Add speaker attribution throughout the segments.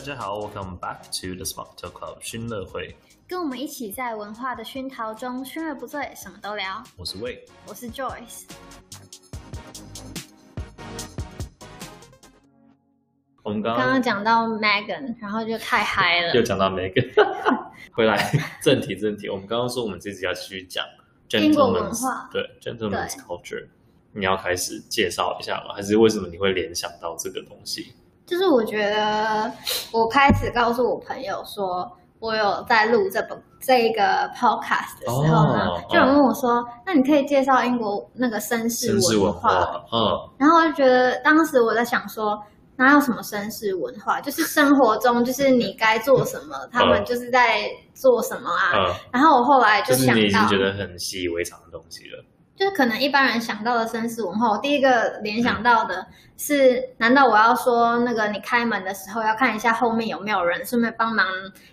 Speaker 1: 家好，Welcome back to the Smart Talk Club 熏乐会，
Speaker 2: 跟我们一起在文化的熏陶中，熏而不醉，什么都聊。
Speaker 1: 我是魏。
Speaker 2: 我是 Joyce，
Speaker 1: 我们刚
Speaker 2: 刚
Speaker 1: 刚
Speaker 2: 刚讲到 Megan，然后就太嗨了
Speaker 1: 又。讲到 Megan，回 来正题正题，我们刚刚说我们这集要继续讲
Speaker 2: 英国文
Speaker 1: gentleman's
Speaker 2: 化
Speaker 1: 对 gentleman's culture，你要开始介绍一下吗？还是为什么你会联想到这个东西？
Speaker 2: 就是我觉得我开始告诉我朋友说，我有在录这本这一个 podcast 的时候呢，
Speaker 1: 哦
Speaker 2: 就有人问我说，那你可以介绍英国那个绅士
Speaker 1: 绅士文
Speaker 2: 化？
Speaker 1: 化，嗯，
Speaker 2: 然后我就觉得当时我在想说。哪有什么绅士文化？就是生活中，就是你该做什么，他们就是在做什么啊。
Speaker 1: 嗯，
Speaker 2: 然后我后来
Speaker 1: 就
Speaker 2: 就是想
Speaker 1: 你已经
Speaker 2: 到，
Speaker 1: 觉得很习以为常的东西了，
Speaker 2: 就是可能一般人想到的绅士文化，我第一个联想到的是，难道我要说那个你开门的时候要看一下后面有没有人，顺便帮忙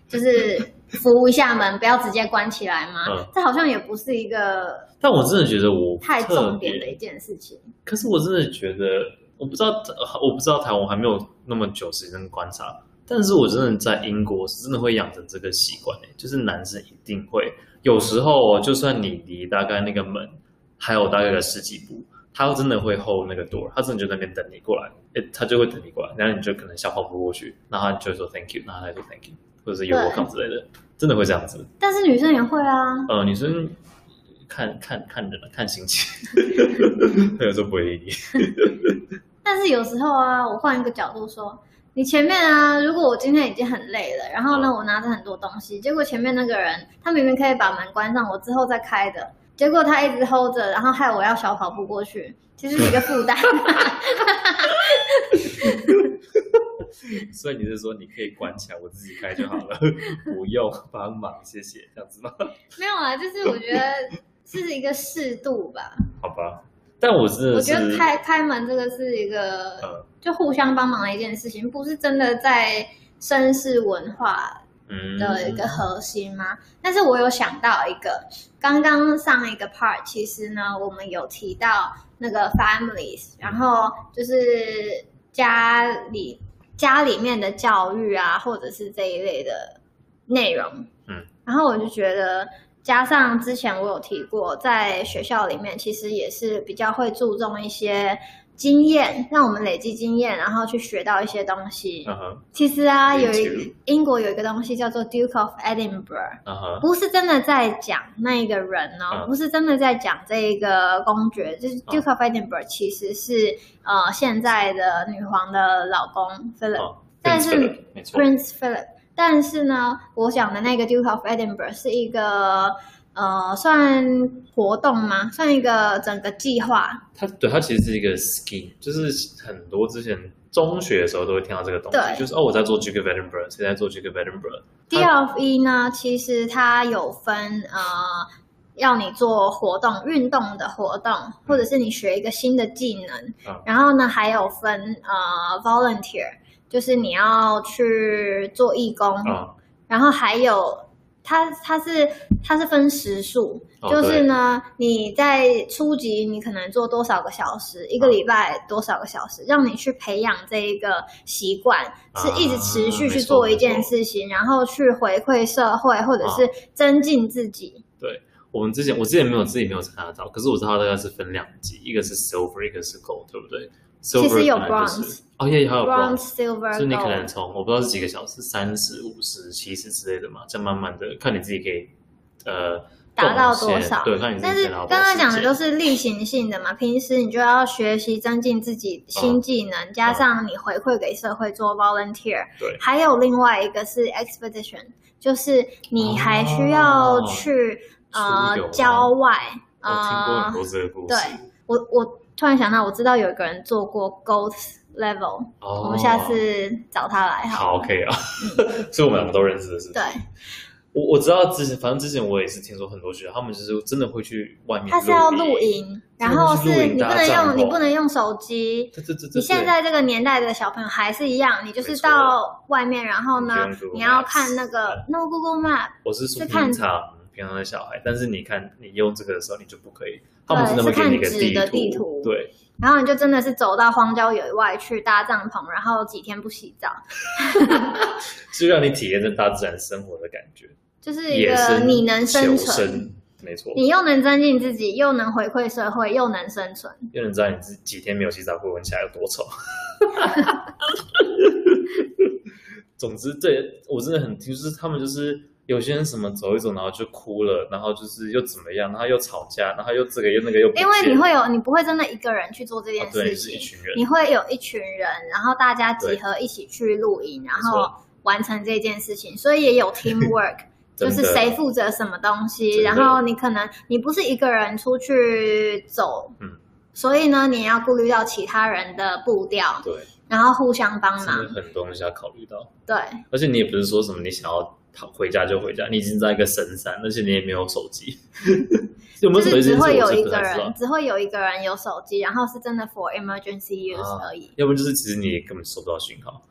Speaker 2: 就是服务一下门，不要直接关起来吗？
Speaker 1: 嗯
Speaker 2: 这好像也不是一个
Speaker 1: 但我真的觉得我
Speaker 2: 太
Speaker 1: 特
Speaker 2: 重
Speaker 1: 别
Speaker 2: 点的一件事情。
Speaker 1: 可是我真的觉得，我不知道，呃我不知道台湾，我还没有那么久时间观察。但是我真的在英国是真的会养成这个习惯、欸，就是男生一定会，有时候哦就算你离大概那个门还有大概有十几步，他真的会 hold 那个 door，他真的就在那边等你过来，诶、他就会等你过来，然后你就可能小跑步过去，然后他就会说 thank you，然后他就 thank you，或者是 you
Speaker 2: 对
Speaker 1: welcome 之类的，真的会这样子。
Speaker 2: 但是女生也会啊，
Speaker 1: 呃，女生看看看人了，看心情， 他有时候不会理你。
Speaker 2: 但是有时候啊，我换一个角度说，你前面啊，如果我今天已经很累了，然后呢，我拿着很多东西，结果前面那个人他明明可以把门关上，我之后再开的，结果他一直 hold 着，然后害我要小跑步过去，其实是一个负担。
Speaker 1: 所以你是说你可以关起来，我自己开就好了， 不用帮忙，谢谢，这样子吗？
Speaker 2: 没有啊，就是我觉得是一个适度吧。
Speaker 1: 好吧，但我真的
Speaker 2: 我
Speaker 1: 是，
Speaker 2: 觉得开开门这个是一个
Speaker 1: 呃，
Speaker 2: 就互相帮忙的一件事情，不是真的在绅士文化
Speaker 1: 嗯
Speaker 2: 的一个核心吗？但是我有想到一个，刚刚上一个 part，其实呢，我们有提到那个 families，然后就是家里家里面的教育啊，或者是这一类的内容。
Speaker 1: 嗯，
Speaker 2: 然后我就觉得。加上之前我有提过，在学校里面其实也是比较会注重一些经验，让我们累积经验，然后去学到一些东西。
Speaker 1: 嗯哼，
Speaker 2: 其实啊，
Speaker 1: Me
Speaker 2: 有
Speaker 1: too
Speaker 2: 一英国有一个东西叫做 Duke of Edinburgh，
Speaker 1: 嗯哼，
Speaker 2: 不是真的在讲那一个人哦，
Speaker 1: 嗯
Speaker 2: 不是真的在讲这个公爵，就是 Duke of Edinburgh 其实是呃现在的女皇的老公 Philip、
Speaker 1: 哦
Speaker 2: 但是
Speaker 1: Prince Philip，没错，
Speaker 2: Prince Philip，但是呢，我讲的那个 Duke of Edinburgh 是一个呃算活动吗？算一个整个计划，
Speaker 1: 它对它其实是一个 scheme，就是很多之前中学的时候都会听到这个东
Speaker 2: 对
Speaker 1: 西，就是哦我在做 Jacob Edinburgh，谁在做 Jacob Edinburgh，
Speaker 2: D of E 呢，其实它有分呃，要你做活动、运动的活动，或者是你学一个新的技能，
Speaker 1: 嗯
Speaker 2: 然后呢还有分呃 volunteer，就是你要去做义工，
Speaker 1: 啊、
Speaker 2: 然后还有它它是它是分时数，
Speaker 1: 哦
Speaker 2: 就是呢你在初级你可能做多少个小时，一个
Speaker 1: 嗯
Speaker 2: 礼拜多少个小时，让你去培养这一个习惯，是一直持续
Speaker 1: 啊没
Speaker 2: 去
Speaker 1: 错
Speaker 2: 做一件
Speaker 1: 没错啊
Speaker 2: 事情，然后去回馈社会或者是增进自己。
Speaker 1: 我们之前我之前没有自己没有参加到，可是我知道大概是分两级，一个是 silver，一个是 gold，对不对？silver
Speaker 2: 其实有
Speaker 1: 可能就是
Speaker 2: bronze
Speaker 1: 哦耶，还有
Speaker 2: Bronze,
Speaker 1: bronze。
Speaker 2: silver,
Speaker 1: 就是你可能
Speaker 2: gold，
Speaker 1: 从我不知道是几个小时，三十、五十、七十之类的嘛，再慢慢的看你自己可以呃
Speaker 2: 达到
Speaker 1: 贡献
Speaker 2: 多少
Speaker 1: 对，看你自己
Speaker 2: 但
Speaker 1: 可以
Speaker 2: 是
Speaker 1: 达到
Speaker 2: 刚
Speaker 1: 多少
Speaker 2: 刚讲的
Speaker 1: 时
Speaker 2: 都
Speaker 1: 间
Speaker 2: 是例行性的嘛，平时你就要学习增进自
Speaker 1: 嗯
Speaker 2: 己新技能，加上你回馈给社会做 volunteer，
Speaker 1: 对，
Speaker 2: 还有另外一个是 expedition，就是你还需要去、
Speaker 1: 哦出游
Speaker 2: 呃
Speaker 1: 吗
Speaker 2: 郊外
Speaker 1: 我哦听过
Speaker 2: 呃
Speaker 1: 很，多这个故事
Speaker 2: 对。我我突然想到，我知道有一个人做过 gold level，、
Speaker 1: 哦，
Speaker 2: 我们下次找他来
Speaker 1: 好
Speaker 2: 好了。嗯
Speaker 1: OK 啊， 所以我们两个都认识的是。
Speaker 2: 对，
Speaker 1: 我我知道之前，反正之前我也是听说很多学校，他们就是真的会去外面，
Speaker 2: 他是要露，营，然后
Speaker 1: 他们是露
Speaker 2: 是
Speaker 1: 营
Speaker 2: 你不能
Speaker 1: 搭帐
Speaker 2: 用
Speaker 1: 篷
Speaker 2: 你不能用手机。
Speaker 1: 对对对对，
Speaker 2: 你现
Speaker 1: 对
Speaker 2: 在这个年代的小朋友还是一样，你就是
Speaker 1: 没错
Speaker 2: 到外面，然后呢
Speaker 1: 你不用，Google
Speaker 2: 你要
Speaker 1: Maps
Speaker 2: 看那个 No Google Map，
Speaker 1: 我是说
Speaker 2: 是看
Speaker 1: 平常平常的小孩，但是你看你用这个的时候，你就不可以。
Speaker 2: 对
Speaker 1: 他们真的会给你一个
Speaker 2: 是看纸的地图
Speaker 1: 对，
Speaker 2: 然后你就真的是走到荒郊野外去搭帐篷，然后几天不洗澡，
Speaker 1: 是让你体验这大自然生活的感觉，
Speaker 2: 就是一
Speaker 1: 野
Speaker 2: 个
Speaker 1: 生
Speaker 2: 你能生
Speaker 1: 求
Speaker 2: 存，
Speaker 1: 生，没错，
Speaker 2: 你又能增进自己，又能回馈社会，又能生存。
Speaker 1: 又能知道你自己几天没有洗澡会闻起来有多 臭。总之，对我真的很听，就是他们就是有些人什么走一走，然后就哭了，然后就是又怎么样，然后又吵架，然后又这个又那个又不见
Speaker 2: 因
Speaker 1: 了，
Speaker 2: 为你会有，你不会真的一个人去做这件
Speaker 1: 哦对，
Speaker 2: 事
Speaker 1: 你是一
Speaker 2: 情，
Speaker 1: 群人，
Speaker 2: 你会有一群人，然后大家集
Speaker 1: 对
Speaker 2: 合一起去露营，然后
Speaker 1: 错
Speaker 2: 完成这件事情，所以也有 teamwork，就
Speaker 1: 真
Speaker 2: 是
Speaker 1: 的
Speaker 2: 谁负责什么东西，
Speaker 1: 真
Speaker 2: 然
Speaker 1: 的
Speaker 2: 后你可能你不是一个人出去走，
Speaker 1: 嗯
Speaker 2: 所以呢，你也要顾虑到其他人的步调，
Speaker 1: 对，
Speaker 2: 然后互相帮
Speaker 1: 真
Speaker 2: 忙
Speaker 1: 的，很多东西要考虑到。
Speaker 2: 对，
Speaker 1: 而且你也不是说什么你想要逃回家就回家，你已经在一个深山，而且你也没有手机， 有没
Speaker 2: 就
Speaker 1: 有什么一
Speaker 2: 是只
Speaker 1: 件事
Speaker 2: 会
Speaker 1: 我
Speaker 2: 有一
Speaker 1: 是不
Speaker 2: 个
Speaker 1: 太知道
Speaker 2: 人，。只会有一个人有手机，然后是真的 for emergency use
Speaker 1: 啊
Speaker 2: 而已，
Speaker 1: 要不然就是其实你根本收不到讯号，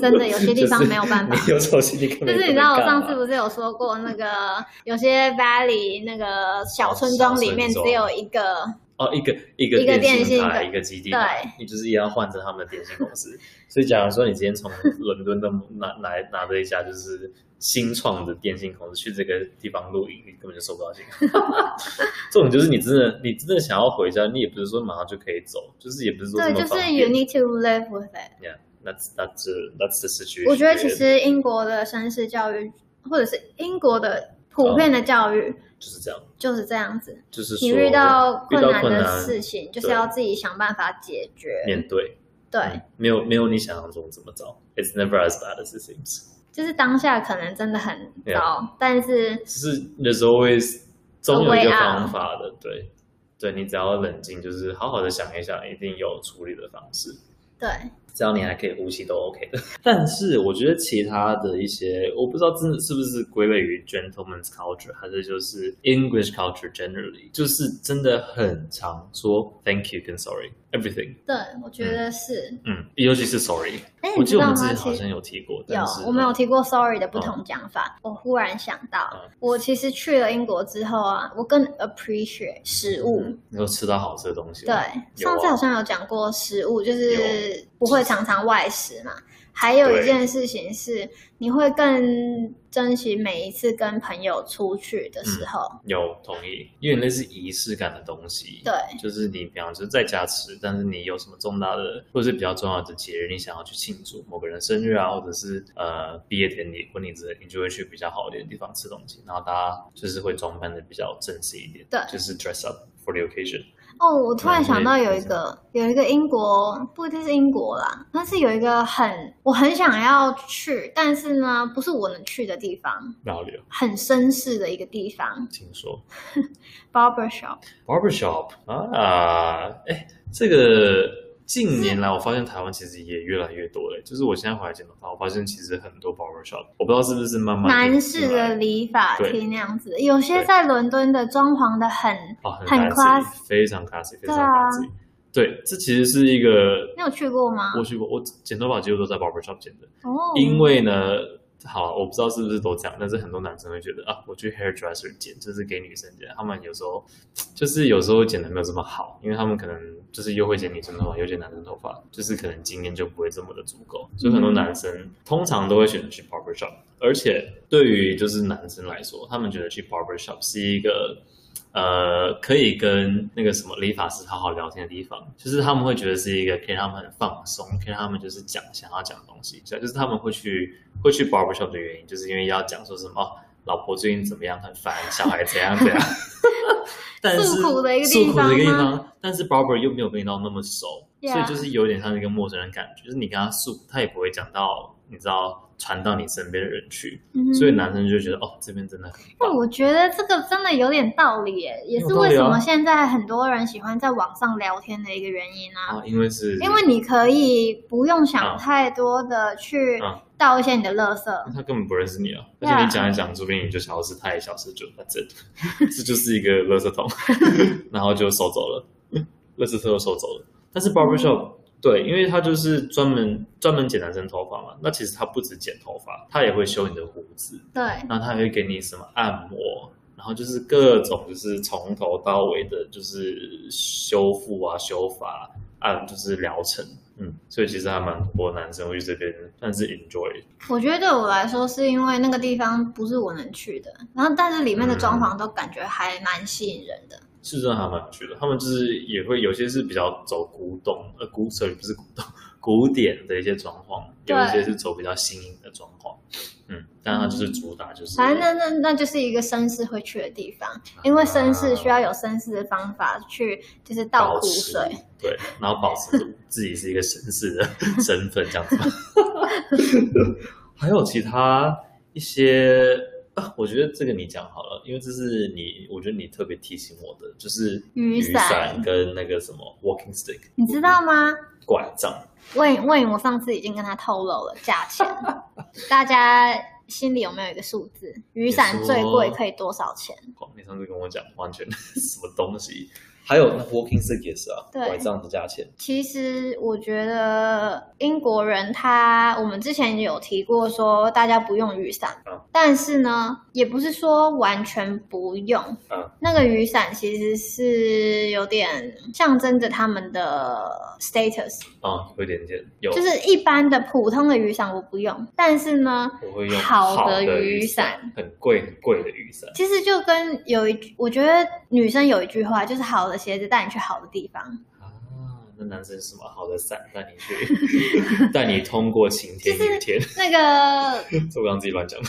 Speaker 2: 真的有些地方
Speaker 1: 就是
Speaker 2: 没有办法。
Speaker 1: 你有手机你根
Speaker 2: 就
Speaker 1: 本
Speaker 2: 是你知道，我上次
Speaker 1: 不
Speaker 2: 不是有说过，那个有些 valley 那个小村庄里面
Speaker 1: 哦小村庄
Speaker 2: 只有一个，
Speaker 1: 哦，一个一个
Speaker 2: 一个
Speaker 1: 电
Speaker 2: 电信
Speaker 1: 台
Speaker 2: 的
Speaker 1: 一个基地台，你就是一定要换成他们的电信公司。所以假如说你今天从伦敦的拿拿拿着一家就是新创的电信公司去这个地方露营，你根本就收不到信号。这种就是你真的你真的想要回家，你也不是说马上就可以走，就是也不是说
Speaker 2: 对，
Speaker 1: 这
Speaker 2: 就
Speaker 1: 么
Speaker 2: 是
Speaker 1: 方
Speaker 2: you
Speaker 1: 便。
Speaker 2: need to live with it。
Speaker 1: Yeah, that's that's that's the situation.
Speaker 2: 我觉得其实英国的绅士教育，或者是英国的普遍的教育
Speaker 1: 就是这样，
Speaker 2: 就是这样子，
Speaker 1: 哦就是说
Speaker 2: 你遇到
Speaker 1: 遇
Speaker 2: 困
Speaker 1: 到
Speaker 2: 难
Speaker 1: 困
Speaker 2: 的
Speaker 1: 难
Speaker 2: 事情，就是要自己想办法解决。
Speaker 1: 面对，
Speaker 2: 对
Speaker 1: 嗯，没有没有你想象中这么糟。It's never as bad as it seems.
Speaker 2: 就是当下可能真的很
Speaker 1: Yeah
Speaker 2: 糟，但是
Speaker 1: 就是 there's always 总有一
Speaker 2: way
Speaker 1: 个
Speaker 2: out
Speaker 1: 方法的，对，对你只要冷静，就是好好的想一想，一定有处理的方式，
Speaker 2: 对，
Speaker 1: 只要你还可以呼吸都 OK 的。 但是我觉得其他的一些，我不知道真的是不是归类于 gentleman's culture，还是就是 English culture generally，就是真的很常说 thank you 跟 sorry everything，
Speaker 2: 对，我觉得是。
Speaker 1: 嗯，尤其是 sorry，
Speaker 2: 哎，
Speaker 1: 我
Speaker 2: 你
Speaker 1: 记
Speaker 2: 知
Speaker 1: 得我
Speaker 2: 道
Speaker 1: 们之
Speaker 2: 吗？
Speaker 1: 前
Speaker 2: 其
Speaker 1: 好
Speaker 2: 实
Speaker 1: 像有提过，
Speaker 2: 有
Speaker 1: 但是，啊
Speaker 2: 我们有提过 sorry 的不同讲法。我忽然想到
Speaker 1: 嗯，
Speaker 2: 我其实去了英国之后啊，我更 appreciate 食物。
Speaker 1: 嗯，你说吃到好吃的东西
Speaker 2: 对
Speaker 1: 吗，，有啊
Speaker 2: 上次好像有讲过食物，就是不会常常外食嘛。还有一
Speaker 1: 对
Speaker 2: 件事情是，你会更珍惜每一次跟朋友出去的时候。
Speaker 1: 有同意，因为那是仪式感的东西。
Speaker 2: 对，
Speaker 1: 就是你比方就是在家吃，但是你有什么重大的或者是比较重要的节日，你想要去庆祝某个人生日啊，或者是呃毕业典礼、婚礼之类，你就会去比较好一点的地方吃东西，然后大家就是会装扮的比较正式一点，
Speaker 2: 对
Speaker 1: 就是 dress up for the occasion。
Speaker 2: 哦，我突然
Speaker 1: 嗯
Speaker 2: 想到
Speaker 1: 对
Speaker 2: 有一
Speaker 1: 没错
Speaker 2: 个有一个英国，不一定是英国啦，但是有一个很我很想要去，但是呢不是我能去的地方，
Speaker 1: 然后有
Speaker 2: 很绅士的一个地方
Speaker 1: 听说
Speaker 2: ，barber shop。
Speaker 1: barbershop 啊，哎，这个。近年来，我发现台湾其实也越来越多了。就是我现在回来剪头发，我发现其实很多 barbershop，我不知道是不是慢慢
Speaker 2: 男
Speaker 1: 引
Speaker 2: 士
Speaker 1: 进来
Speaker 2: 的理发
Speaker 1: 对
Speaker 2: 厅那样子，有些
Speaker 1: 对
Speaker 2: 在伦敦的装潢的很，
Speaker 1: 哦，很
Speaker 2: 很
Speaker 1: classy，
Speaker 2: classy
Speaker 1: 非常 classy，非
Speaker 2: 对
Speaker 1: 常
Speaker 2: 啊
Speaker 1: classy。对，这其实是一个
Speaker 2: 你有去过吗？
Speaker 1: 我去过，我剪头发几乎都在 barber shop 剪的，
Speaker 2: 哦，
Speaker 1: 因为呢，好，我不知道是不是都这样，但是很多男生会觉得啊，我去 hairdresser 剪就是给女生剪，他们有时候就是有时候剪的没有这么好，因为他们可能就是又会剪女生头发，又剪男生头发，就是可能经验就不会这么的足够，所以
Speaker 2: 嗯
Speaker 1: 很多男生通常都会选择去 barber shop，而且对于就是男生来说，他们觉得去 barber shop 是一个。呃，可以跟那个什么理发师好好聊天的地方，就是他们会觉得是一个可以让他们很放松，可以让他们就是讲想要讲的东西，这样就是他们会去会去 barbershop 的原因，就是因为要讲说什么、哦、老婆最近怎么样，很烦，小孩怎样怎 样。但是
Speaker 2: 诉苦的一个
Speaker 1: 诉
Speaker 2: 地
Speaker 1: 苦的一个地
Speaker 2: 方吗
Speaker 1: 方，但是 barber 又没有跟你到那么熟
Speaker 2: Yeah
Speaker 1: 所以就是有点像一个陌生人感觉，就是你跟他诉，他也不会讲到你知道传到你身边的人去，
Speaker 2: 嗯
Speaker 1: 所以男生就觉得哦这边真的很棒
Speaker 2: 那。我觉得这个真的有点道理耶，也是
Speaker 1: 有道理
Speaker 2: 为
Speaker 1: 啊
Speaker 2: 什么现在很多人喜欢在网上聊天的一个原因啊。
Speaker 1: 啊，因为是
Speaker 2: 因为你可以不用想
Speaker 1: 啊
Speaker 2: 太多的去
Speaker 1: 啊
Speaker 2: 倒一些你的垃圾，
Speaker 1: 他根本不认识你啊！而
Speaker 2: Yeah
Speaker 1: 且你讲一讲，说不定你就想要吃他一小时就反正 这就是一个垃圾桶， 然后就收走了，垃圾车就收走了。但是 barbershop 对，因为他就是专门专门剪男生头发嘛，那其实他不止剪头发，他也会修你的胡子，
Speaker 2: 对，
Speaker 1: 然后他还会给你什么按摩，然后就是各种就是从头到尾的，就是修复啊、修法按就是疗程，嗯，所以其实还蛮多男生会去这边，算是 enjoy。
Speaker 2: 我觉得对我来说，是因为那个地方不是我能去的，然后但是里面
Speaker 1: 嗯
Speaker 2: 的装潢都感觉还蛮吸引人的。
Speaker 1: 是真的还蛮有趣的。他们就是也会有些是比较走古董，呃，古 sorry 不是古董， 古典的一些装潢，
Speaker 2: 对
Speaker 1: 有一些是走比较新颖的装潢，嗯，但它就是主打就是，
Speaker 2: 反正那那那就是一个绅士会去的地方，因为绅士需要有绅士的方法去，就是倒
Speaker 1: 保
Speaker 2: 苦
Speaker 1: 持
Speaker 2: 水。
Speaker 1: 对，然后保持自己是一个绅士的 身份这样子。还有其他一些啊，我觉得这个你讲好了，因为这是你，我觉得你特别提醒我的，就是
Speaker 2: 雨
Speaker 1: 雨
Speaker 2: 伞
Speaker 1: 伞跟那个什么 walking stick，
Speaker 2: 你知道吗？
Speaker 1: 拐杖。
Speaker 2: 问问我上次已经跟他透露了价钱，大家心里有没有一个数字？雨伞最贵可以多少钱？
Speaker 1: 哦你上次跟我讲完全 什么东西，还有那 walking stick 也是啊，
Speaker 2: 对
Speaker 1: 拐杖的价钱，
Speaker 2: 其实我觉得英国人他，我们之前有提过说大家不用雨伞，
Speaker 1: 嗯
Speaker 2: 但是呢，也不是说完全不用，
Speaker 1: 嗯
Speaker 2: 那个雨伞其实是有点象征着他们的 status，
Speaker 1: 啊、有一点点有，
Speaker 2: 就是一般的普通的雨伞我不用，但是呢，
Speaker 1: 我会用
Speaker 2: 好的
Speaker 1: 的
Speaker 2: 雨伞
Speaker 1: 伞，很贵很贵的雨伞，
Speaker 2: 其实就跟有一句，我觉得女生有一句话就是好的鞋子带你去好的地方，
Speaker 1: 啊，那男生是什么好的伞带你去， 带你通过晴天
Speaker 2: 就是
Speaker 1: 雨 天，
Speaker 2: 那个
Speaker 1: 这我刚刚自己乱讲的，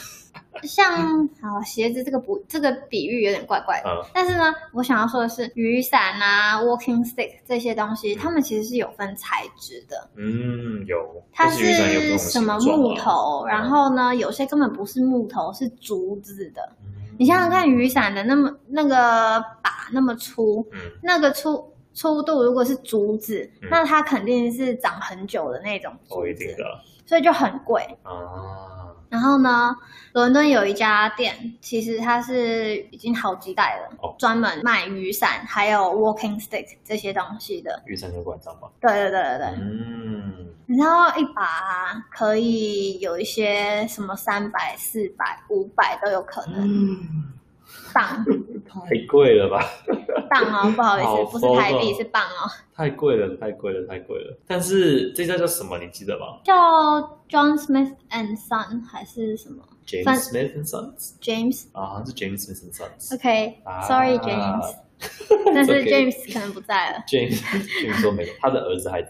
Speaker 2: 像好鞋子这个不这个比喻有点怪怪的，
Speaker 1: 嗯
Speaker 2: 但是呢，我想要说的是，雨伞啊、walking stick 这些东西，它们其实是有分材质的，
Speaker 1: 嗯，有，
Speaker 2: 它
Speaker 1: 但雨伞有不
Speaker 2: 是
Speaker 1: 同的
Speaker 2: 什么
Speaker 1: 形状啊
Speaker 2: 木？头，
Speaker 1: 嗯
Speaker 2: 然后呢，有些根本不是木头，是竹子的。
Speaker 1: 嗯
Speaker 2: 你想想看，雨伞的那么那个把那么粗，
Speaker 1: 嗯
Speaker 2: 那个粗粗度如果是竹子，
Speaker 1: 嗯
Speaker 2: 那它肯定是长很久的那种竹
Speaker 1: 哦，一定
Speaker 2: 子，
Speaker 1: 的啊
Speaker 2: 所以就很贵。
Speaker 1: 啊，
Speaker 2: 然后呢，伦敦有一家店，其实它是已经好几代了，
Speaker 1: 哦
Speaker 2: 专门卖雨伞还有 walking stick 这些东西的。
Speaker 1: 雨伞跟拐杖吧，
Speaker 2: 对对对对对，
Speaker 1: 嗯，
Speaker 2: 你知道一把可以有一些什么三百、四百、五百都有可
Speaker 1: 嗯
Speaker 2: 能，磅
Speaker 1: 太贵了吧。
Speaker 2: 磅 哦，不好意
Speaker 1: 好
Speaker 2: 思，不
Speaker 1: 疯
Speaker 2: 是台币
Speaker 1: 哦
Speaker 2: 是磅哦，
Speaker 1: 太贵了，太贵了，太贵了。但是这家叫什么？你记得吗
Speaker 2: 叫 John Smith and Son 还是什么
Speaker 1: ？James
Speaker 2: 反
Speaker 1: Smith and Sons
Speaker 2: James？OK，Sorry、
Speaker 1: 啊，好像是 James Smith and Sons。啊
Speaker 2: James，但是
Speaker 1: OK
Speaker 2: James 可能不在了。
Speaker 1: James James 说没有，他的儿子还在。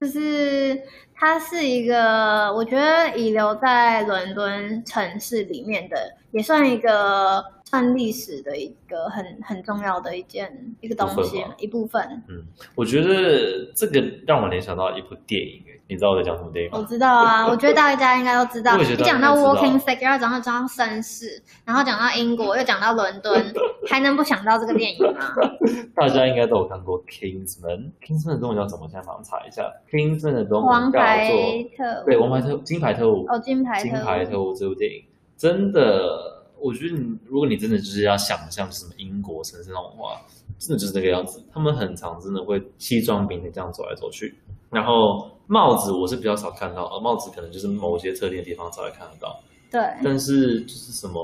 Speaker 2: 就是它是一个，我觉得遗留在伦敦城市里面的，也算一个算历史的一个很很重要的一件一个东西
Speaker 1: 部分吧
Speaker 2: 一部分。
Speaker 1: 我觉得这个让我联想到一部电影，诶你知道我在讲什么电影
Speaker 2: 我
Speaker 1: 吗？
Speaker 2: 知道啊，我觉得大家应该都知道。
Speaker 1: 我也觉得
Speaker 2: 你讲
Speaker 1: 大
Speaker 2: 到
Speaker 1: 家应该知道
Speaker 2: Walking Stick，然后讲到讲到绅士，然后讲到英国，又讲到伦敦，还能不想到这个电影 吗？
Speaker 1: 大家应该都有看过《Kingsman》。Kingsman 的中文叫什么？现在马上查一下。Kingsman 的中
Speaker 2: 王
Speaker 1: 文叫
Speaker 2: 牌
Speaker 1: 做
Speaker 2: 特务，
Speaker 1: 对《王牌特金牌特务》
Speaker 2: 哦，金牌
Speaker 1: 金
Speaker 2: 特
Speaker 1: 牌
Speaker 2: 务，
Speaker 1: 特务这部电影，真的，我觉得你如果你真的就是要想象什么英国城市那种话，真的就是这个样子。他们很常真的会西装笔挺这样走来走去，然后帽子我是比较少看到，呃帽子可能就是某些特定的地方才会看得到。
Speaker 2: 对。
Speaker 1: 但是就是什么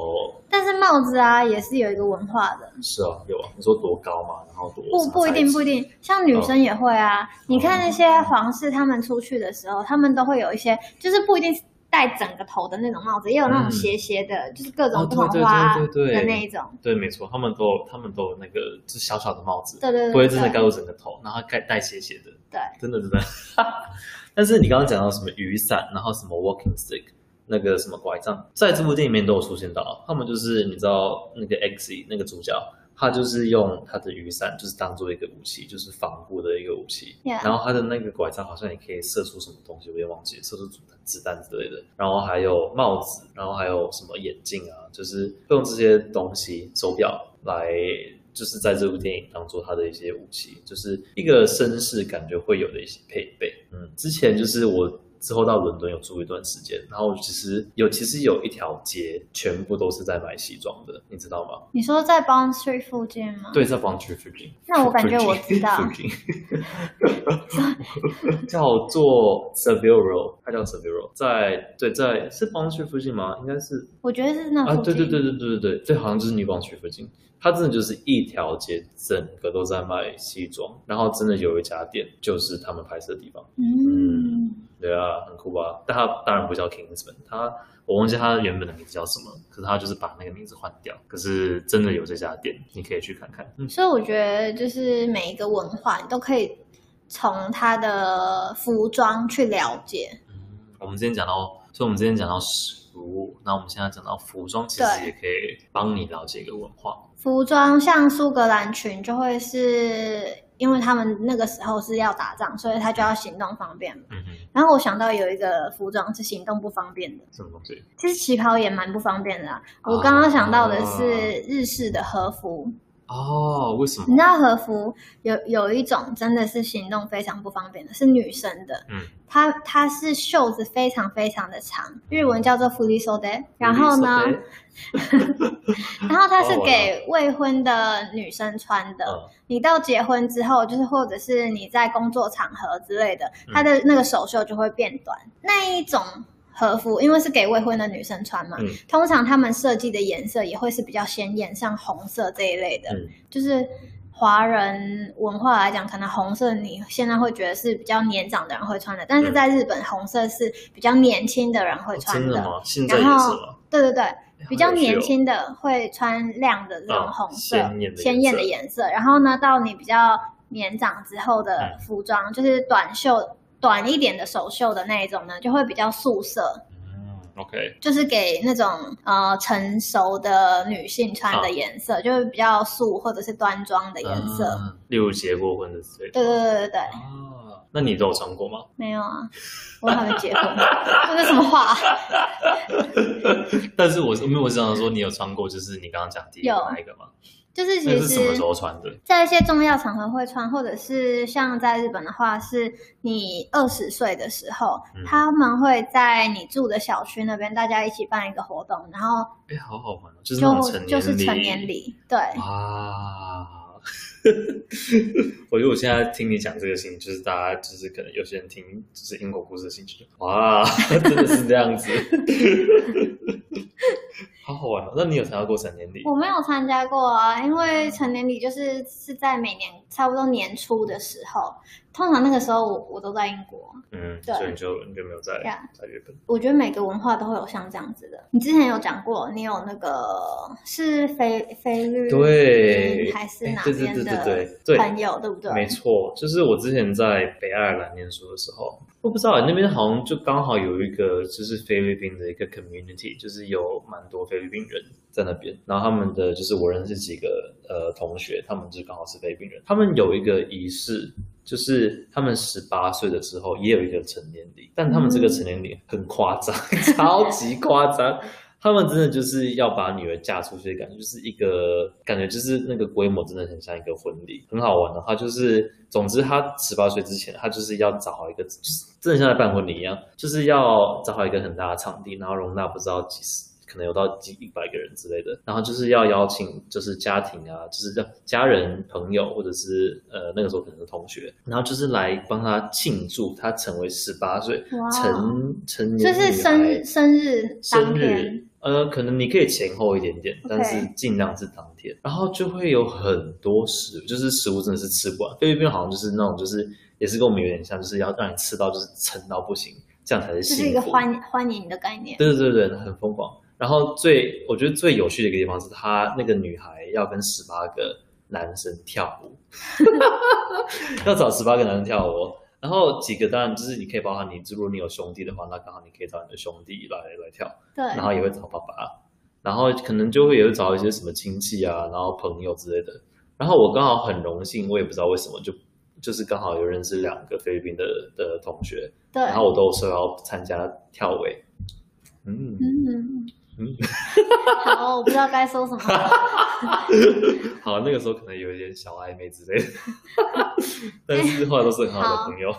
Speaker 2: 但是帽子啊，也是有一个文化的。
Speaker 1: 是啊，有啊，你说多高嘛，然后多
Speaker 2: 不不一定不一
Speaker 1: 定，
Speaker 2: 定，像女
Speaker 1: 哦
Speaker 2: 生也会啊。你看那些皇室他们出去的时候，他们都会有一些，就是不一定是戴整个头的那种帽子，也有那种
Speaker 1: 嗯
Speaker 2: 斜斜的，就是各
Speaker 1: 哦
Speaker 2: 种不
Speaker 1: 对
Speaker 2: 同
Speaker 1: 对
Speaker 2: 花
Speaker 1: 对对对
Speaker 2: 的那一种。
Speaker 1: 对，没错，他们都有他们都有那个就小小的帽子，
Speaker 2: 对对对
Speaker 1: 不会真的
Speaker 2: 对
Speaker 1: 盖住整个头，然后盖带斜斜的，
Speaker 2: 对，
Speaker 1: 真的真 的。但是你刚刚讲到什么雨伞，然后什么 walking stick，那个什么拐杖，在这部电影里面都有出现到。他们就是你知道那个 X 那个主角，他就是用他的雨伞就是当做一个武器，就是防护的一个武器。
Speaker 2: Yeah
Speaker 1: 然后他的那个拐杖好像也可以射出什么东西，我也忘记了射出子弹子弹之类的。然后还有帽子，然后还有什么眼镜啊，就是用这些东西手表来。就是在这部电影当做他的一些武器，就是一个绅士感觉会有的一些配备。嗯，之前就是我之后到伦敦有住一段时间，然后其实有其实有一条街全部都是在买西装的，你知道吗？
Speaker 2: 你说在 Bond Street 附近吗？
Speaker 1: 对，在 Bond Street 附近。
Speaker 2: 那我感觉我知道
Speaker 1: 附近，附近叫做 Seville Road，它叫 Seville Road，在对在是 Bond Street 附近吗？应该是
Speaker 2: 我觉得是嗯那附
Speaker 1: 啊，
Speaker 2: 近。
Speaker 1: 对对对对对对对，这好像就是女王区附近，它真的就是一条街，整个都在卖西装，然后真的有一家店就是他们拍摄的地方，
Speaker 2: 嗯，
Speaker 1: 对啊，很酷吧？但它当然不叫 Kingsman，它我忘记它原本的名字叫什么，可是它就是把那个名字换掉，可是真的有这家店，你可以去看看。嗯，
Speaker 2: 所以我觉得就是每一个文化你都可以从它的服装去了解。
Speaker 1: 我们之前讲到，所以我们之前讲到食物，那我们现在讲到服装，其实
Speaker 2: 对
Speaker 1: 也可以帮你了解一个文化。
Speaker 2: 服装像苏格兰裙就会是因为他们那个时候是要打仗，所以他就要行动方便嘛。
Speaker 1: 嗯哼，
Speaker 2: 然后我想到有一个服装是行动不方便的，
Speaker 1: 什么东西？
Speaker 2: 其实旗袍也蛮不方便的、啊。
Speaker 1: 哦
Speaker 2: 我刚刚想到的是日式的和服，
Speaker 1: 哦，为什么
Speaker 2: 你？知道和服有有一种真的是行动非常不方便的，是女生的，
Speaker 1: 嗯，
Speaker 2: 它它是袖子非常非常的长，日文叫做 f u l i s o d e 然后呢，
Speaker 1: 嗯
Speaker 2: 然后它是
Speaker 1: 哦
Speaker 2: 给未婚的女生穿的。
Speaker 1: 嗯
Speaker 2: 你到结婚之后，就是或者是你在工作场合之类的，
Speaker 1: 嗯
Speaker 2: 它的那个手袖就会变短。那一种和服，因为是给未婚的女生穿嘛，
Speaker 1: 嗯
Speaker 2: 通常他们设计的颜色也会是比较鲜艳，像红色这一类的。
Speaker 1: 嗯
Speaker 2: 就是华人文化来讲，可能红色你现在会觉得是比较年长的人会穿的，但是
Speaker 1: 嗯哦
Speaker 2: 在日本，红色是比较年轻的人会穿
Speaker 1: 真
Speaker 2: 的。
Speaker 1: 的吗？现在也是
Speaker 2: 然后
Speaker 1: 吗？
Speaker 2: 对对对，
Speaker 1: 哎
Speaker 2: 比较
Speaker 1: 好有趣
Speaker 2: 年
Speaker 1: 哦
Speaker 2: 轻的会穿亮的这种红色，
Speaker 1: 嗯鲜艳的颜色
Speaker 2: 鲜艳的颜色。然后呢，到你比较年长之后
Speaker 1: 嗯
Speaker 2: 的服装，就是短袖、短一点的手袖的那一种呢，就会比较素色，
Speaker 1: 嗯，OK，
Speaker 2: 就是给那种呃成熟的女性穿的
Speaker 1: 嗯
Speaker 2: 颜色，就是比较素或者是端庄的颜色。
Speaker 1: 嗯例如结过婚的之类的。
Speaker 2: 对对对对对，
Speaker 1: 啊，那你都有穿过吗？
Speaker 2: 没有啊，我还没结婚， 这是什么话、
Speaker 1: 但是我是没有，我只想说你有穿过，就是你刚刚讲第一个
Speaker 2: 有
Speaker 1: 那一个吗？
Speaker 2: 就是
Speaker 1: 那
Speaker 2: 其
Speaker 1: 是什么时
Speaker 2: 实
Speaker 1: 候穿的？
Speaker 2: 在一些重要场合会穿，或者是像在日本的话，是你二十岁的时候，
Speaker 1: 嗯
Speaker 2: 他们会在你住的小区那边大家一起办一个活动，然后
Speaker 1: 哎，好好玩哦，就是那
Speaker 2: 就
Speaker 1: 种成
Speaker 2: 就
Speaker 1: 年
Speaker 2: 是成年
Speaker 1: 礼。
Speaker 2: 礼，对，
Speaker 1: 哇！ 我觉得我现在听你讲这个事情，就是大家就是可能有些人听就是英国故事的兴趣，就哇，真的是这样子， 好好玩哦。那你有参加过成年礼？
Speaker 2: 我没有参加过啊，因为成年礼就是是在每年差不多年初的时候，通常那个时候我我都在英国，
Speaker 1: 嗯，
Speaker 2: 对
Speaker 1: 所以你就你就没有在
Speaker 2: Yeah
Speaker 1: 在日本。
Speaker 2: 我觉得每个文化都会有像这样子的。你之前有讲过，你有那个是菲菲律宾
Speaker 1: 对
Speaker 2: 还是
Speaker 1: 哎
Speaker 2: 哪
Speaker 1: 对对
Speaker 2: 边
Speaker 1: 对
Speaker 2: 的
Speaker 1: 对对对
Speaker 2: 朋友，对不对？
Speaker 1: 没错，就是我之前在北爱尔兰念书的时候，我不知道那边好像就刚好有一个就是菲律宾的一个 community，就是有蛮多菲律宾人在那边，然后他们的就是我认识几个呃同学，他们就刚好是菲律宾人，他们有一个仪式。就是他们十八岁的时候也有一个成年礼，但他们这个成年礼很夸张， 超级夸张。他们真的就是要把女儿嫁出去，感觉就是一个感觉就是那个规模真的很像一个婚礼，很好玩的、他就是，总之他十八岁之前，他就是要找好一个，就是真的像在办婚礼一样，就是要找好一个很大的场地，然后容纳不知道几十。可能有到几一百个人之类的，然后就是要邀请，就是家庭啊，就是让家人、朋友，或者是呃那个时候可能是同学，然后就是来帮他庆祝他成为十八岁
Speaker 2: 哇
Speaker 1: 成成
Speaker 2: 就
Speaker 1: 年
Speaker 2: 是
Speaker 1: 女
Speaker 2: 生
Speaker 1: 孩
Speaker 2: 日生日当
Speaker 1: 生
Speaker 2: 天
Speaker 1: 日，呃，可能你可以前后一点点，但是
Speaker 2: OK
Speaker 1: 尽量是当天。然后就会有很多食物，就是食物真的是吃不完。菲律宾好像就是那种，就是也是跟我们有点像，就是要让你吃到就是撑到不行，这样才是
Speaker 2: 就
Speaker 1: 幸福。
Speaker 2: 是一个欢欢迎的概念。
Speaker 1: 对对对对，很疯狂。然后最我觉得最有趣的一个地方是，她那个女孩要跟十八个男生跳舞， 要找十八个男生跳舞哦。然后几个当然就是你可以包含你，如果你有兄弟的话，那刚好你可以找你的兄弟来来跳。
Speaker 2: 对，
Speaker 1: 然后也会找爸爸，然后可能就会有找一些什么亲戚啊，然后朋友之类的。然后我刚好很荣幸，我也不知道为什么，就就是刚好有认识两个菲律宾的的同学，
Speaker 2: 对，
Speaker 1: 然后我都有说要参加跳舞。嗯，
Speaker 2: 嗯，
Speaker 1: 嗯
Speaker 2: 好，我不知道该说什么了。
Speaker 1: 好，那个时候可能有一点小暧昧之类的，但是后来都是很好的朋友。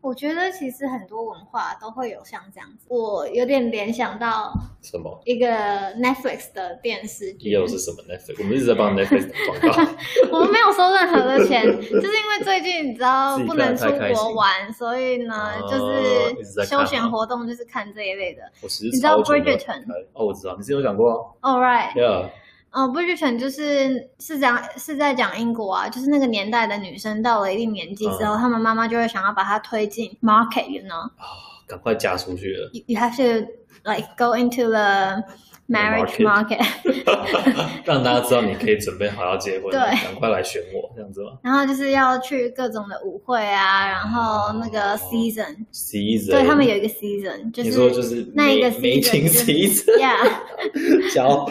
Speaker 2: 我觉得其实很多文化都会有像这样子，我有点联想到
Speaker 1: 什么？
Speaker 2: 一个 Netflix 的电视剧，
Speaker 1: 又是什么 Netflix？我们一直在 帮 Netflix 打广告。
Speaker 2: 我们没有收任何 的钱，就是因为最近你知道
Speaker 1: 自己
Speaker 2: 不
Speaker 1: 看得
Speaker 2: 能出
Speaker 1: 太开
Speaker 2: 国
Speaker 1: 心
Speaker 2: 玩，所以呢，
Speaker 1: 哦
Speaker 2: 就
Speaker 1: 一直在
Speaker 2: 是
Speaker 1: 看
Speaker 2: 休闲
Speaker 1: 吗
Speaker 2: 活动就是看这一类的。
Speaker 1: 我其实
Speaker 2: 你知道
Speaker 1: 超久没有
Speaker 2: Bridgerton？
Speaker 1: 看哦，我知道，你之前有讲过啊。
Speaker 2: All right，
Speaker 1: Yeah，
Speaker 2: 嗯、b r i d g e t o n 就是是讲是在讲英国啊，就是那个年代的女生到了一定年纪之后，
Speaker 1: 嗯
Speaker 2: 她们妈妈就会想要把她推进 market，you know，you
Speaker 1: 啊，赶快嫁出去了。
Speaker 2: you have to like go into the marriage
Speaker 1: The
Speaker 2: market，
Speaker 1: 让大家知道你可以准备好要结婚，
Speaker 2: 对
Speaker 1: 赶快来选我，这样子吗
Speaker 2: 然后就是要去各种的舞会啊，然后那个
Speaker 1: 哦
Speaker 2: season，、
Speaker 1: ？Season，
Speaker 2: 对他们有一个 season，就
Speaker 1: 你说就是是
Speaker 2: 那一个
Speaker 1: 梅梅
Speaker 2: season
Speaker 1: 琴
Speaker 2: 就是
Speaker 1: season，
Speaker 2: yeah，
Speaker 1: 交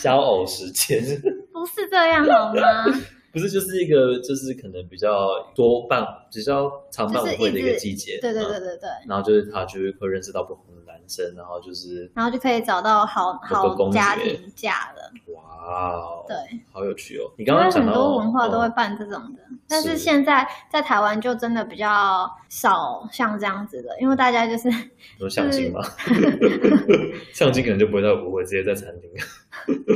Speaker 1: 交偶时间，
Speaker 2: 不是这样好吗？
Speaker 1: 不是就是一个就是可能比较多办比较常办舞会的一
Speaker 2: 就是
Speaker 1: 个
Speaker 2: 一直
Speaker 1: 季节，
Speaker 2: 对对
Speaker 1: 嗯
Speaker 2: 对对对，
Speaker 1: 然后就是他就是会认识到不同的男生，然后就是
Speaker 2: 然后就可以找到好
Speaker 1: 有个
Speaker 2: 好
Speaker 1: 公爵
Speaker 2: 家庭嫁了，
Speaker 1: 哇哦，
Speaker 2: 对。
Speaker 1: 好有趣哦！你
Speaker 2: 因
Speaker 1: 刚
Speaker 2: 为
Speaker 1: 刚讲
Speaker 2: 很
Speaker 1: 到
Speaker 2: 多文化都会
Speaker 1: 嗯
Speaker 2: 办这种的，但是
Speaker 1: 是
Speaker 2: 现在在台湾就真的比较少像这样子的，因为大家就是
Speaker 1: 有相亲 吗？ 相亲可能就不会在舞会，直接在餐厅。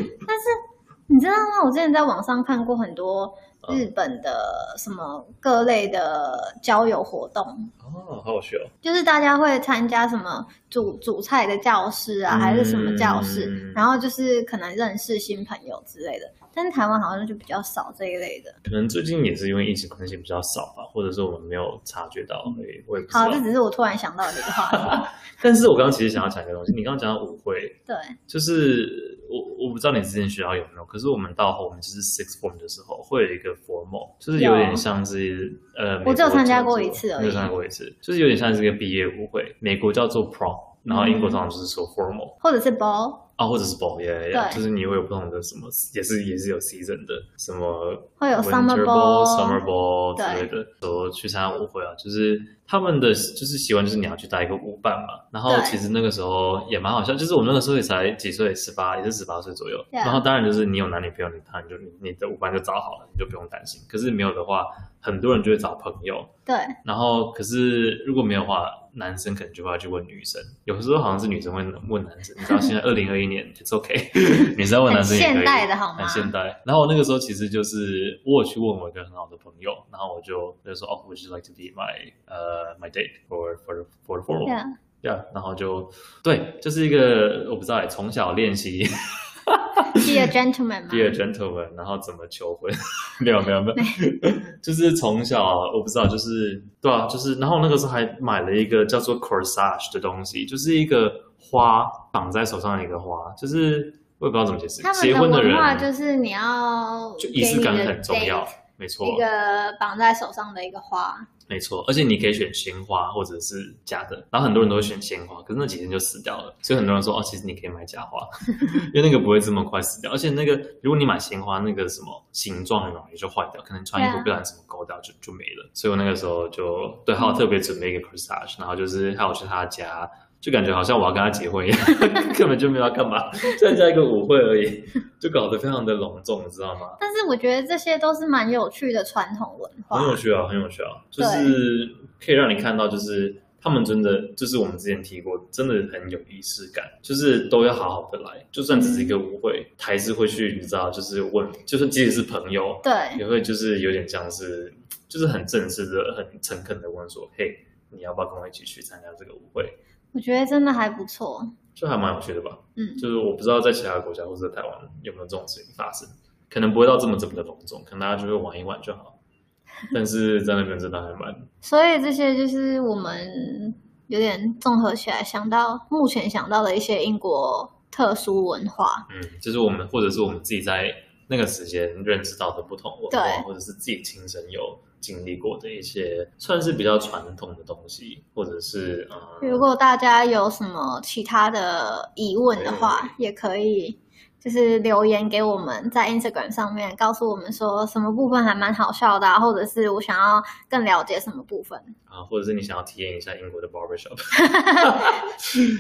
Speaker 2: 你知道吗？我之前在网上看过很多
Speaker 1: 嗯
Speaker 2: 日本的什么各类的交友活动，
Speaker 1: 哦，好有趣哦！
Speaker 2: 就是大家会参加什么煮煮菜的教室啊，
Speaker 1: 嗯
Speaker 2: 还是什么教室，然后就是可能认识新朋友之类的。但是台湾好像就比较少这一类的。
Speaker 1: 可能最近也是因为疫情关系比较少吧，或者是我们没有察觉到，所以我也不知
Speaker 2: 嗯好，
Speaker 1: 道
Speaker 2: 这。只是我突然想到的一个话题。
Speaker 1: 但是我刚刚其实想要讲一个东西，你刚刚讲到舞会，
Speaker 2: 对，
Speaker 1: 就是我我不知道你之前学校有没有，可是我们到后面就是 six form 的时候，会有一个 formal，就是有点像是呃，
Speaker 2: 我只有
Speaker 1: 美国
Speaker 2: 参加
Speaker 1: 叫做
Speaker 2: 过一次而已
Speaker 1: 没有参加过一次，就是有点像是一个毕业舞会，美国叫做 prom，然后英国通常就是说 formal，
Speaker 2: 或者是 ball，
Speaker 1: 啊，或者是 ball，yeah, yeah,
Speaker 2: 嗯对
Speaker 1: yeah, 就是你会有不同的什么，也是也是有 season 的，什么
Speaker 2: 会有 summer
Speaker 1: winter ball、
Speaker 2: ball
Speaker 1: summer ball
Speaker 2: 对
Speaker 1: 之类的，说去参加舞会啊，就是他们的就是习惯就是你要去带一个舞伴嘛，然后
Speaker 2: 对
Speaker 1: 其实那个时候也蛮好笑，就是我们那个时候也才几岁，十八也是十八岁左右
Speaker 2: Yeah
Speaker 1: 然后当然就是你有男女朋友，你他你就你的舞伴就找好了，你就不用担心。可是没有的话，很多人就会找朋友，
Speaker 2: 对。
Speaker 1: 然后可是如果没有的话，男生可能就会要去问女生。有时候好像是女生会问男生，你知道现在二零二一年，it's OK，女 生问男生也可以，
Speaker 2: 很现代的好吗
Speaker 1: 很现代。然后我那个时候其实就是我有去问我一个很好的朋友，然后我就我就说哦，Would you like to be my 呃、my date for for for for
Speaker 2: y e
Speaker 1: formal？yeah，然后就对，就是一个我不知道哎，从小练习
Speaker 2: be a gentleman 嘛。
Speaker 1: be a gentleman，然后怎么求婚？ 没有没有没有， 就是从小我不知道，就是对啊，就是然后那个时候还买了一个叫做 corsage 的东西，就是一个花绑在手上的一个花，就是我也不知道怎么解释，
Speaker 2: 他们
Speaker 1: 结婚
Speaker 2: 的文
Speaker 1: 人
Speaker 2: 化就是你要
Speaker 1: 就仪式感很重要，没错
Speaker 2: 给你的 date，一，个绑在手上的一个花。
Speaker 1: 没错，而且你可以选鲜花或者是假的，然后很多人都会选鲜花，可是那几天就死掉了，所以很多人说哦，其实你可以买假花，因为那个不会这么快死掉，而且那个如果你买鲜花，那个什么形状很容易就坏掉，可能穿衣服
Speaker 2: Yeah
Speaker 1: 不小心怎么勾掉就就没了，所以我那个时候就对，还有特别准备一个 corsage，然后就是还有去他家。就感觉好像我要跟他结婚一样， 根本就没有要干嘛，参加一个舞会而已，就搞得非常的隆重，你知道吗？
Speaker 2: 但是我觉得这些都是蛮有趣的传统文化
Speaker 1: 很。有趣啊，很有趣啊，就是可以让你看到，就是他们真的，就是我们之前提过，真的很有仪式感，就是都要好好的来，就算只是一个舞会，还是会去，你知道，就是问，就是即使是朋友，
Speaker 2: 对，
Speaker 1: 也会就是有点像是，就是很正式的、很诚恳的问说，嘿，你要不要跟我一起去参加这个舞会？
Speaker 2: 我觉得真的还不错。
Speaker 1: 就还蛮有趣的吧。
Speaker 2: 嗯，
Speaker 1: 就是我不知道在其他国家或者在台湾有没有这种事情发生，可能不会到这么这么的隆重，可能大家就会玩一玩就好。但是在那边真的还蛮
Speaker 2: 所以这些就是我们有点综合起来想到目前想到的一些英国特殊文化。
Speaker 1: 嗯，就是我们或者是我们自己在那个时间认识到的不同文化
Speaker 2: 对，
Speaker 1: 或者是自己亲身有经历过的一些，算是比较传统的东西，或者是嗯，哎
Speaker 2: 如果大家有什么其他的疑问的话，也可以。就是留言给我们，在 Instagram 上面告诉我们说什么部分还蛮好笑的、啊，或者是我想要更了解什么部 分。
Speaker 1: 啊，或者是你想要体验一下英国的 barber shop，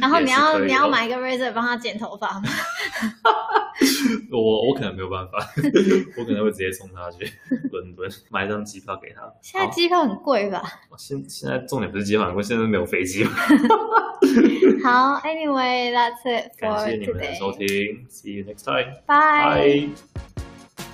Speaker 2: 然后你
Speaker 1: 也
Speaker 2: 要
Speaker 1: 是可以
Speaker 2: 你要
Speaker 1: 哦
Speaker 2: 买一个 razor 帮他剪头发吗？
Speaker 1: 我我可能没有办法，我可能会直接送他去伦敦买一张机票给他。
Speaker 2: 现在
Speaker 1: 好
Speaker 2: 机票很贵吧？
Speaker 1: 现现在重点不是机票，不过现在没有飞机嘛。
Speaker 2: 好，Anyway that's it
Speaker 1: 感
Speaker 2: for
Speaker 1: 谢你们的收
Speaker 2: today。
Speaker 1: 听，See you next time，
Speaker 2: Bye。
Speaker 1: bye。